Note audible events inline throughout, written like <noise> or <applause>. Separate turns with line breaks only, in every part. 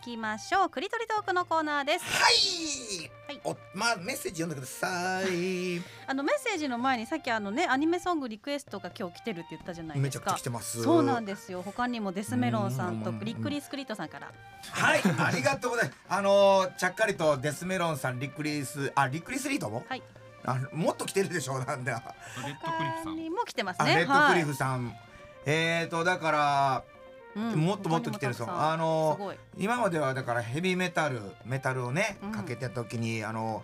きましょうクリトリトークのコーナーです
はい、
はい
おまあ、メッセージ読んでください
あのメッセージの前にさっきあのねアニメソングリクエストが今日来てるって言ったじゃない
め
で
ちゃ
す
くちゃ
か
来てます
そうなんですよ他にもデスメロンさん
う
と
ん
クリックリスクリットさんから
はいありがとうございますあのーちゃっかりとデスメロンさんリクリスあリクリスリートも、
はい
あもっと来てるでしょうなんだ
レッドクリフ
他
さん
にも来てます
あ
ね
レッドクリフさん、えーとだから
はいうん
もっともっと来てるんですよ
他にもたくさん
あのー
すごい
今まではだからヘビーメタルメタルをね
うん
かけてた時に、あの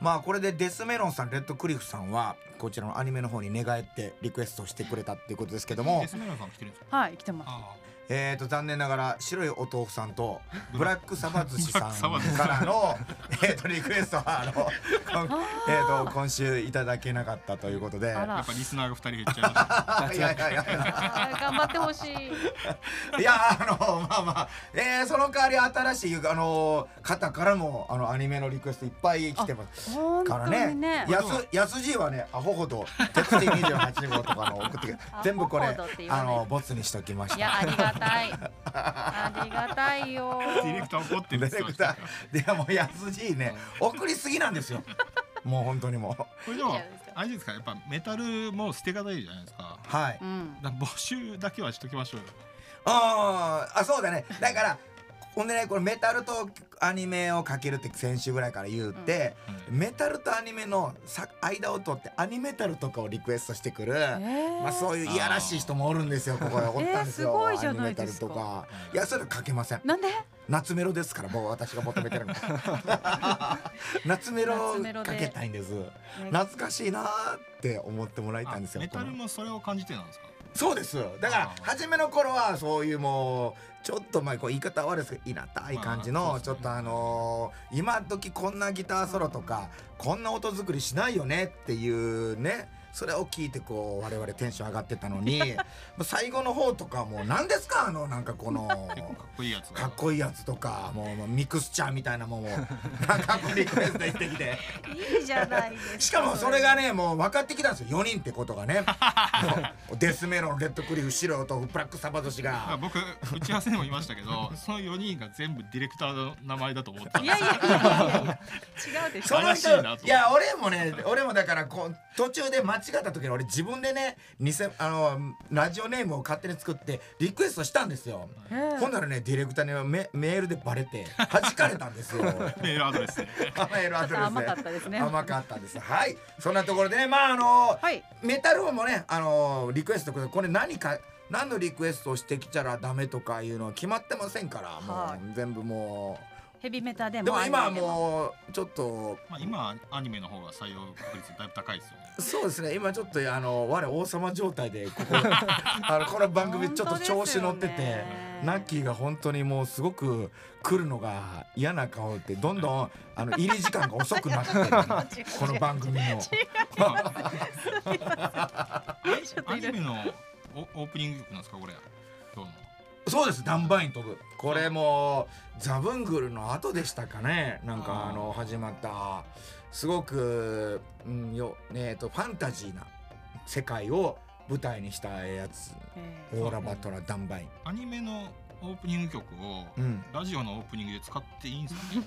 まあこれでデスメロンさんレッドクリフさんはこちらのアニメの方に寝返ってリクエストしてくれたっていうことですけども
デスメロンさん来てるんですか
はい来てます
あ
えーと残念ながら白いお豆腐さん
<laughs>
とブラックサバ寿司さん
ブラックサバ寿司
からのえーとリクエスト
<laughs>
はあのこん
あー
えーと今週いただけなかったということで。
あ
あや
ら
っぱリスナーが二人減っちゃいま
<laughs>
した
いやいやいや
あー頑張ってほしい
いやあのまあまあ、えーその代わり新しいあの方からもあのアニメのリクエストいっぱい来てます。
本
から
当
ね
にね
やすやすじいはねアホほど鉄人28号とかの送ってくる
<laughs> アホほど
全部これ
って言わな
あ
い
のボツにしときまし
いや
た
ありがたいありがた
<laughs>
いよ
ディレクター怒って
ディ
るんです
レ
よ
クターいやもうやすじいね送りすぎなんです
<laughs>
よもう本当にもう
これで
いい
も
じゃないですか
あれですかやっぱメタルも捨て方いいじゃないですか
はい
うん
だから募集だけはしときましょうよ
あーあそうだねだからほんでねこれメタルとアニメをかけるって先週ぐらいから言って、
うん
メタルとアニメのさ間を取ってアニメタルとかをリクエストしてくる、
えー
まあそういういやらしい人もおるんですよここへおったんですよ、
<laughs> えーすごいじゃないですか
アニメタルとかいやそれはかけません
なんで
夏メロですから僕私が求めて
<laughs>
るの夏メロ
夏メロで
かけたいんです懐かしいなーって思ってもらいたいんです
あ
よ
メタル
この
もそれを感じてなんですか
そうですだから
あー
初めの頃はそういうもうちょっとまあこう言い方は悪いですけどいなたい感じの、
まあ
ち
そ
ょ
う
っ
ですね
とあのー今時こんなギターソロとかこんな音作りしないよねっていうねそれを聞いてこう我々テンション上がってたのに
<laughs>
もう最後の方とかはもう何ですかあのなんかこ
<laughs>
の
結構かっこいいやつが
かっこいいやつとかもうもうミクスチャーみたいなもんをなんかこうリクエストしてきて
いいじゃないですか
しかもそれがねもう分かってきたんですよ4人ってことがね
<laughs>
もうデスメロンレッドクリフシローとブラックサバ寿司
まあ
が
僕打ち合わせでも言いましたけど <laughs> その4人が全部ディレクターの名前だと思ってた
いやいやいやいやいや違うでし
そ
ょ
の
怪しい
人
なと思って
いや俺もね俺もだからこう途中で間違った時に俺自分でね偽あのラジオネームを勝手に作ってリクエストしたんですよ、
えー
ほんならねディレクターにはメメールでバレて弾かれたん
<laughs>
ですよ
メールアドレスで
メールアドレスで
甘かったですね
甘かったですはいそんなところでねまああの
はい
メタル音もね、あのーリクエストくださいこれ何か何のリクエストをしてきたらダメとかいうのは決まってませんから、
はい
もう全部も
ヘビメタで
う
も
でも今は
アニメで
もうちょっと
まあ今はアニメの方が採用確率だいぶ高いです
<laughs>
よね
そうですね今ちょっとあの我王様状態で
<laughs>
ここあのこの番組ちょっと調子乗ってて、
本当ですよね
ナッキーが本当にもうすごく来るのが嫌な顔ってどんどんあの入り時間が遅くなって
<laughs>
るこの番組の。
ちょっと
ア
い
ニ
る
メのオオープニング曲なんですかこれ今日の
そうですダンバイン飛ぶこれもザブングルの後でしたかねなんか
あー
あの始まったすごく、うんよえー、とファンタジーな世界を舞台にしたやつ「
え
オーラバトラダンバイン
アニメのオープニング曲を」
うん、
ラジオのオープニングで使っていいんですかね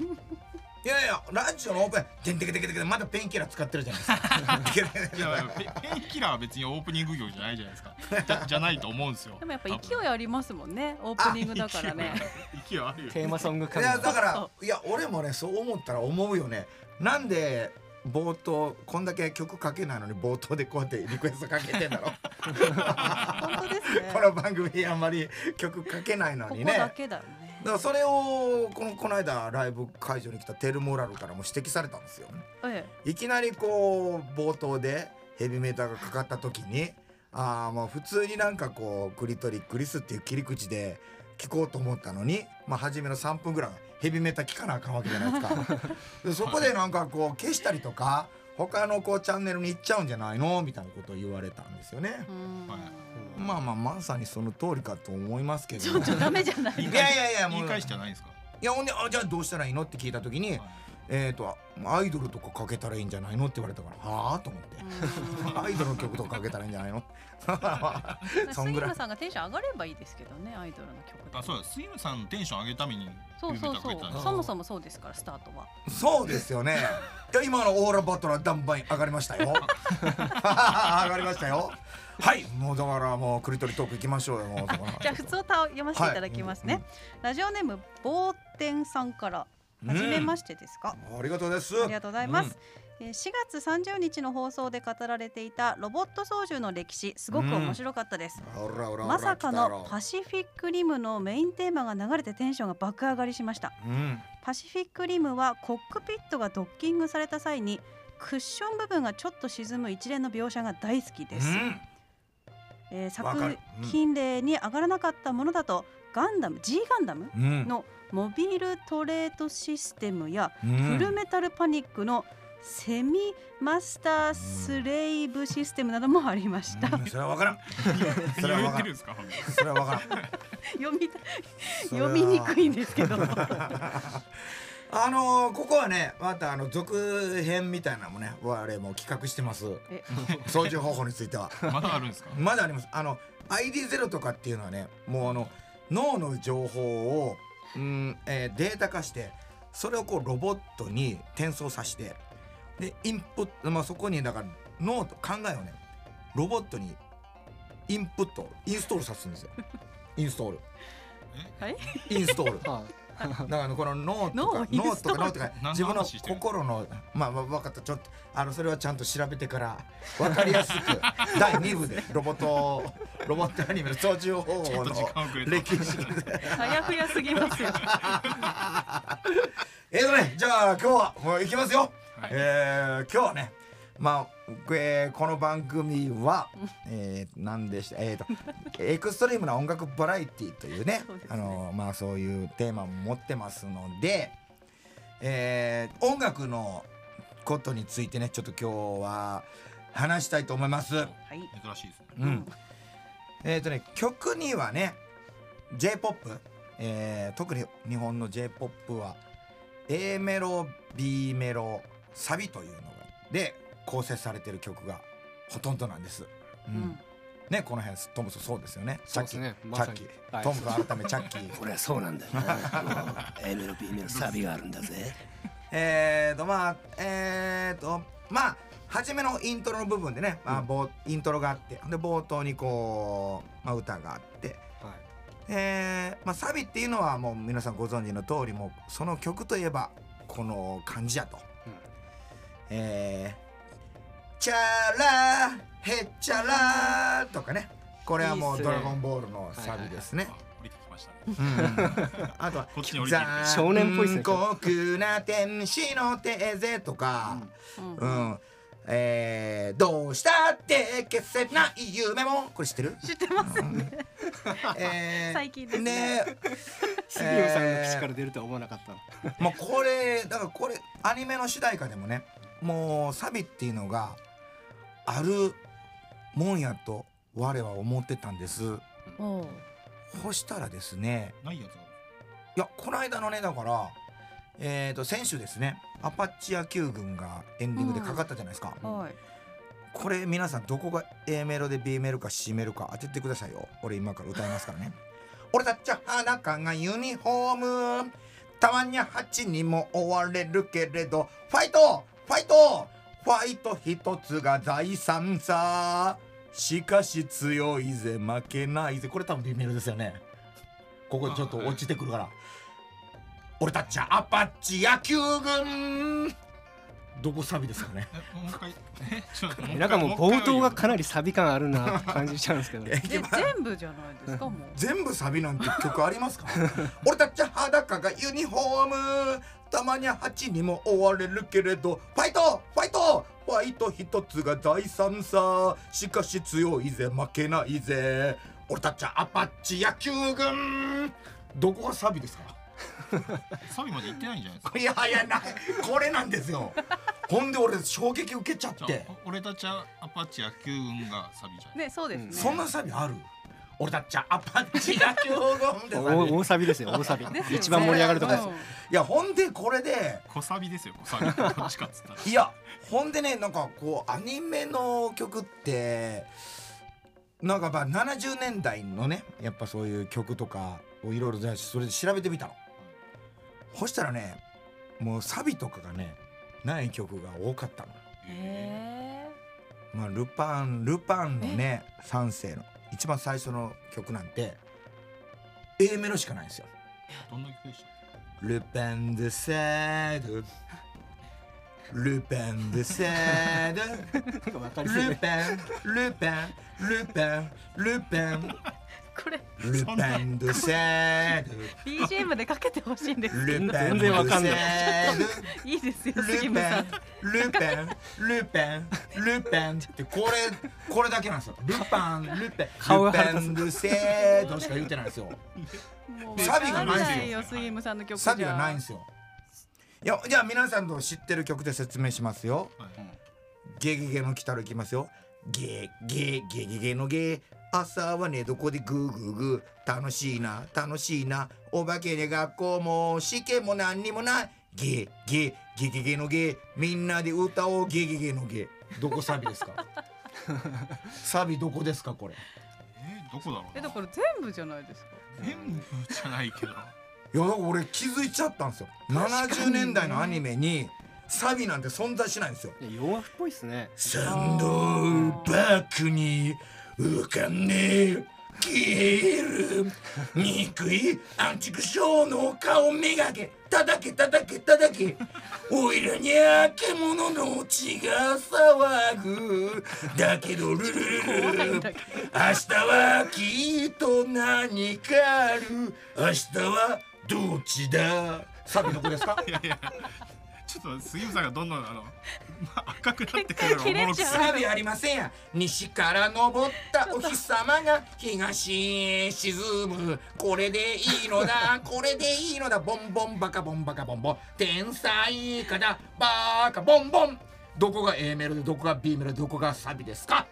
<laughs>
いやいやラジオのオープン「てんてけてけてけ」まだペンキラー使ってるじゃないですか
いやいやペペンキラーは別にオープニング曲じゃないじゃないですかじゃじゃないと思うんですよ
ーでもやっぱ勢いありますもんねオープニングだからね
<laughs> 勢いあるよ
テーマソング
い
感
やだ
が
からいや俺もねそう思ったら思うよねなんで冒頭こんだけ曲かけないのに冒頭でこうやってリクエストかけてんだろう
本当ですね
この番組あんまり曲かけないの
こ
に
こ
ね
だ
だ
けだよね
からそれをこのこの間ライブ会場に来たテルモラルからも指摘されたんですよ
え
いきなりこう冒頭でヘビメーターがかかった時にああもう普通になんかこうクリトリクリスっていう切り口で聞こうと思ったのに、まあ、初めの3分ぐらいヘビメタ聞かなあかんわけじゃないです
<laughs>
かでそこでなんかこう消したりとか他のこうチャンネルに行っちゃうんじゃないのみたいなことを言われたんですよね。
えうん
はい
まあまあまさにその通りかと思いますけど
ちょっとダメじゃない
いやいやいやもう
言い返してないんですか
いやほんであじゃあどうしたらいいのって聞いた時に、い
は
えー、とアイドルとかかけたらいいんじゃないのって言われたからはあと思ってアイドルの曲とかかけたらいいんじゃないの <laughs> そん
杉
ぐらい
村さんがテンション上がればいいですけどねアイドルの曲で
あそうだ杉村さんのテンション上げるために
そうそう
く
そ
れたんで
う
す
そもそもそうですからスタートは
そうですよねいや今のオーラバトラー段倍上がりましたよ <laughs> 上がりましたよはいもうだからもうクリトリトーク行きましょうよもうだから
じゃあ普通を読ませていただきますね、
はい
ラジオネームぼうてんさんから
うん
初めましてですか、
ありがとうです
ありがとうございます、えー4月30日の放送で語られていたロボット操縦の歴史すごく面白かったです、
おらおらおら
まさかの
来た
パシフィックリムのメインテーマが流れてテンションが爆上がりしました
ろうん
パシフィックリムはコックピットがドッキングされた際にクッション部分がちょっと沈む一連の描写が大好きです、
うん
えー
わかる
作
うん
品例に上がらなかったものだとガンダム G ガンダム
うん
のモビルトレートシステムや
うん
フルメタルパニックのセミマスタースレイブシステムなどもありました、
うんそれは分から
<laughs>
んそれは
何を
分
言っ
か
て
ら
るん
ん
ですか
それは分からん
読みた
それは
読みにくいんですけど
あのーここはねまたあの続編みたいなのもね我々も企画してます
え
操縦方法については
まだあるんですか
まだありますあの ID0 とかっていうのはねもうあの脳の情報を、うんえーデータ化してそれをこうロボットに転送させてでインプット、まあ、そこにだから脳と考えをねロボットにインプットインストールさせるんですよ
<laughs>
インストール
<laughs> はい
インストール
は
だからねこの脳と
脳を
か
イン
脳
ス
と
トー
か
ル
脳とか
何の
自分の
話してる
心のまあまあ分かったちょっとあのそれはちゃんと調べてから分かりやすく
<laughs>
第2部でロボットロボットアニメの操縦方
ちょ
法
っと
の
時間遅れた
歴史
あやふやすぎますよ
えーとねじゃあ今日はもういきますよ、
はい
えー今日はねまあ、えーこの番組は、えー、何でしたえー、
<laughs>
とエクストリームな音楽バラエティというね
そうですね
あのまあそういうテーマも持ってますので、えー音楽のことについてねちょっと今日は話したいと思います。
はい
珍しいですね
うん、えっ、とね曲にはね j p o p えー特に日本の j p o p は A メロ B メロサビというのがで構成されてる曲がほとんどなんです。う
うんん
ねこの辺トムソンそうですよね。
そうですね
チ
ま
ャ
さ
ッ
に
キー、
はい
トムソン改めチャッキ
<laughs>
ー。
これはそうなんだよな。もう A メロ B メロサビがあるんだぜ。
えーとまあえーとまあ初めのイントロの部分でね、まあ、冒イントロがあってで冒頭にこう、まあ、歌があって
い
えーまあ、サビっていうのはもう皆さんご存知の通りもうその曲といえばこの感じやと。
うん
えーチャラヘッチャラとかねこれはも「
いういっ
ド
すね
ラゴンボール」のサビですね
あ。降りてきましたね
うんあとは
こっちに降りてき
残
ま
少年っぽいっすね
酷な天使のテーゼとか、
うん
うん、えーどうしたって消せない夢もこれ知ってる？
知ってます
えー
最近ですね
ね
<laughs> 杉浦さんの口から出るとは思わなかったな
もうこれだからこれアニメの主題歌でもねもうサビっていうのがあるもんやと我は思ってたんです
おう
そしたらですね
ないやつが
いやこの間のねだからえー、と先週ですねアパッチ野球軍がエンディングでかかったじゃないですか、
はい
これ皆さんどこが A メロで B メロか C メロか当ててくださいよ俺今から歌いますからね <laughs> 俺たちは裸がユニフォームたまに蜂にも追われるけれどファイトファイトファイト一つが財産さしかし強いぜ負けないぜこれ多分 B メロですよねここちょっと落ちてくるから俺たちはアパッチ野球軍どこサビですかね
えもう一回えちょっと一回
なんかもう冒頭がか
り
なりサビ感あるなって感じしちゃうんですけど
<laughs>
ね
で全部じゃないですかもう
全部サビなんて曲ありますか <laughs> 俺たちは裸がユニフォームたまには蜂にも追われるけれどファイトファイトファイト一つが財産さしかし強いぜ負けないぜ俺たちはアパッチ野球軍どこがサビですか
サビまで行ってないんじゃな
<laughs>
いですか
いやいやなこれなんですよほんで俺衝撃受けちゃっ
じゃ
て
あお俺たちはアパッチ野球軍がサビじゃん
ねそうですね
そんなサビある俺たちはアパッチが競合みたいな
大大サビですよ大サ
<laughs>
ビ
ですよね
一番盛り上がるとこです
うん
いやほんでこれで
小サビですよ
<laughs>
小サビどっちかっつったら
いやほんでねなんかこうアニメの曲ってなんかまあ70年代のねやっぱそういう曲とかをいろいろそれで調べてみたの。そしたらねもうサビとかがねない曲が多かったの。
え
へ
まあ、ルパンルパンのね3世の一番最初の曲なんて A メロしかないんですよ。
ーどんな曲でした
ルパンでサードルパンでサード
なんかわかりそう
ル
で
パン、ルパン、ルパン、ルパン、
ーこれ
ルパンドセー
BGM でかけてほしいんです
ル、
けど
ルパン
全然わ
ド
かん
セ
ない
ー
いいですよ
ル、
杉
ル
村
パン
さん、
ルパン、ルパン、ルパンってこれ、これだけなんですよ。ルパン、ルパン、
顔
ル
が
パ
腹立つ
ンドセードしか言ってないんですよ。
もう
サビがないんですよ
わかんよ杉村さんの曲じゃ
サビがないんですよ。いや、じゃあ皆さんの知ってる曲で説明しますよ。
はい
ゲゲゲの鬼太郎いきますよ。ゲゲゲゲゲのゲ。朝はねどこでグーグーグー楽しいな楽しいなお化けで学校も試験も何にもないゲゲゲゲゲのゲみんなで歌おうゲゲゲのゲどこサビですか <laughs> サビどこですかこれい
えーどこだろうな
えだから全部じゃないですか
全部じゃないけど
やだから俺気づいちゃったんですよ70年代のアニメにサビなんて存在しないんですよ
す洋楽っぽいですね
サンドバックに浮かんで消える憎いアンチクショーの顔めがけ叩け叩け叩けおいらにゃ獣の血が騒ぐだけどルルルル
怖い
ル
んだけ
明日はきっと何かある明日はどっちだサビどこですか
いやいやちょっと杉浦さんがどんどん
<laughs>
あの、まあ、赤くなってくるのがお
切
も
れ
ろ
ち
くて
ゃう
サビありませんや西から昇ったお日様が東へ沈むこれでいいのだこれでいいのだボンボンバカボンバカボンボン天才かだバカボンボンどこが A メロでどこが B メロでどこがサビですか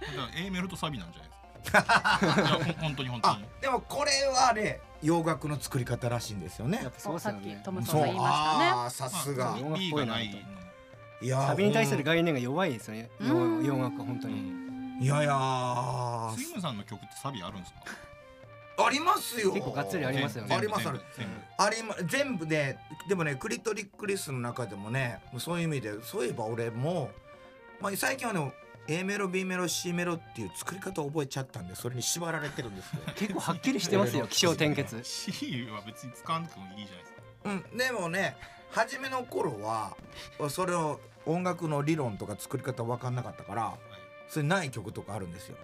だから A メロとサビなんじ
<laughs>
ゃないですかいやほん本当に本当
あ
に
でもこれはね洋楽の作り方らしいんですよね
やっぱそうです
さ
よ
っき
ね
トムさ
そう
んが言いましたね
あーさす
ま
が
あ
そう
B がないの
いやー
サビに対する概念が弱いですよね洋
うん
洋楽は本当
う
に
ん
いやいやー
杉村さんの曲ってサビあるんですか
ありますよ
結構がっつりありますよね
ありますあ
全
る
部全部全部
あれま全部ででもねクリトリックリスの中でもねそういう意味でそういえば俺も、まあ、最近はね A メロ B メロ C メロっていう作り方を覚えちゃったんでそれに縛られてるんです
<laughs>
よ
結構はっきりしてますよ気象転結
C は別に使わなくてもいいじゃないですか
うん、でもね初めの頃はそれを音楽の理論とか作り方分かんなかったからそれない曲とかあるんですよ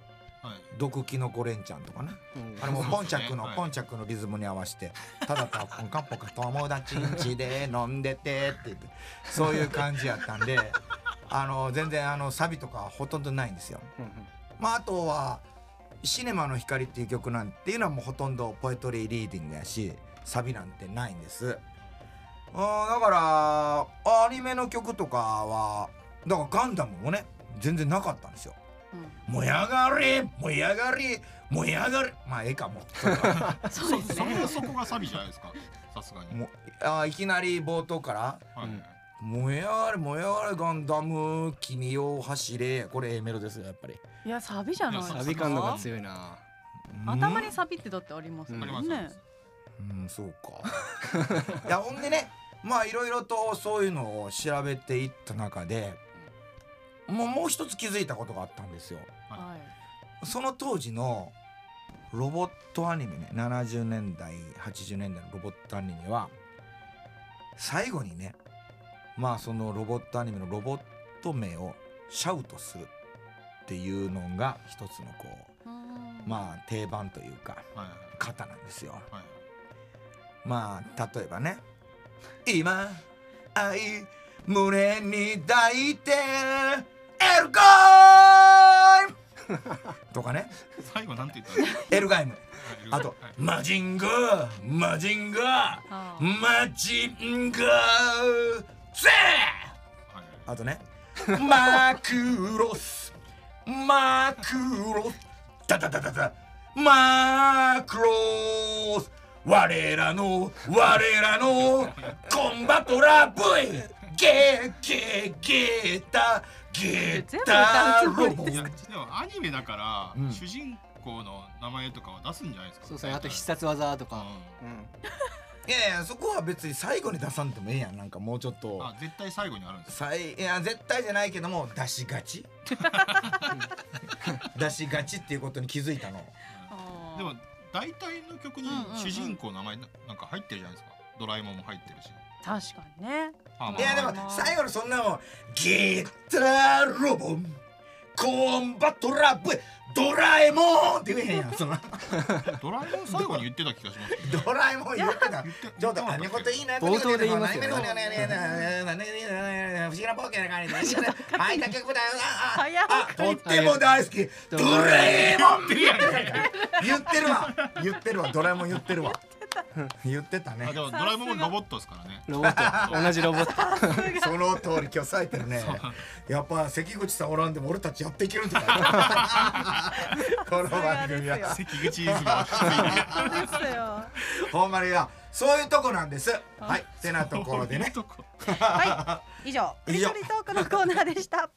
はい、はい
「毒キノコレンチャン」とかね
うん
あれもポンチャックの
はい
ポンチャックのリズムに合わせてただただポンカンポカ友達ん家で飲んでてって言ってそういう感じやったんで <laughs> あの全然あのサビとかほとんどないんですよ。
うんうん
まああとは「シネマの光」っていう曲なんていうのはもうほとんどポエトリーリーディングやしサビなんてないんです。うんだからアニメの曲とかはだからガンダムもね全然なかったんですよ。燃え上がれ燃え上がれ燃え上がれまあええかもうそれは
うんそうです
それ
ね
はそこがサビじゃないですかさすがに、
もうあーいきなり冒頭から
はい
うん
「燃え上がれ燃え上がれガンダム君を走れ」これ A メロですよやっぱり。
いやサビじゃないですか
サビ感のが強いな
頭にサビってだってあります
あり
も
ます
ん
よ
ね
うん、そうか。 <laughs> いや、ほんでね、まあ、いろいろとそういうのを調べていった中で。もう、もう一つ気づいたことがあったんですよ。
はい
その当時の。ロボットアニメね、70年代、80年代のロボットアニメは。最後にね。まあ、そのロボットアニメのロボット名をシャウトする。っていうのが一つのこう、
うん
まあ、定番というか、
はい
型なんですよ。
はいはい
まあ例えばね今愛胸に抱いてエルガイムとかね
最後なんて言ったんですか
エルガイムあと
はい
マジンガーマジンガ
あ
ーマジンガーゼ
はいはい
あと
<laughs>
ねマクロスマクロスダダダダダマクロス我らの我らのコンバトラブイゲゲゲタゲタロボ
いやでもアニメだから、
うん
主人公の名前とかは出すんじゃないですか
そうですねあと必殺技とか、うん、
いやいやそこは別に最後に出さんでもええやんなんかもうちょっ
うん
と
あ絶対最後にあるんです
最いや絶対じゃないけども出しがち <laughs> 出しがちっていうことに気づいたの
あー
でも大体の曲に
うんうんうん
主人公の名前ななんか入ってるじゃないですかドラえもんも入ってるし
確かにね
パーマ
いやで
入ってる
も最後のそんなもんギターロボンコンバトラブドラえもんって言えへんやんその
ドラえもん最後に言ってた気がし
<laughs>
ますけどね
ドラえもん言ってた
言って
ちょっとあのこといいな
冒頭で言いますよね
不思議な冒険な感じではい他局だよあ
早
ああとっても大好きドラえもんって言ってた言ってるわ言ってるわドラえもん言ってるわ言ってたね
あでもドラえもんもロボットですか
<laughs>
らね
ロボット同じロボット
その通り今日冴えてるねやっぱ関口さんおらんでも俺たちやっていけるんだな <laughs> この番組は
関口イズムはきついね
本当ですよ
ほんまにやそういうとこなんですはいてなところで
<laughs> そうい
ね
うとこ
<laughs>
はい以上クリトリトークのコーナーでした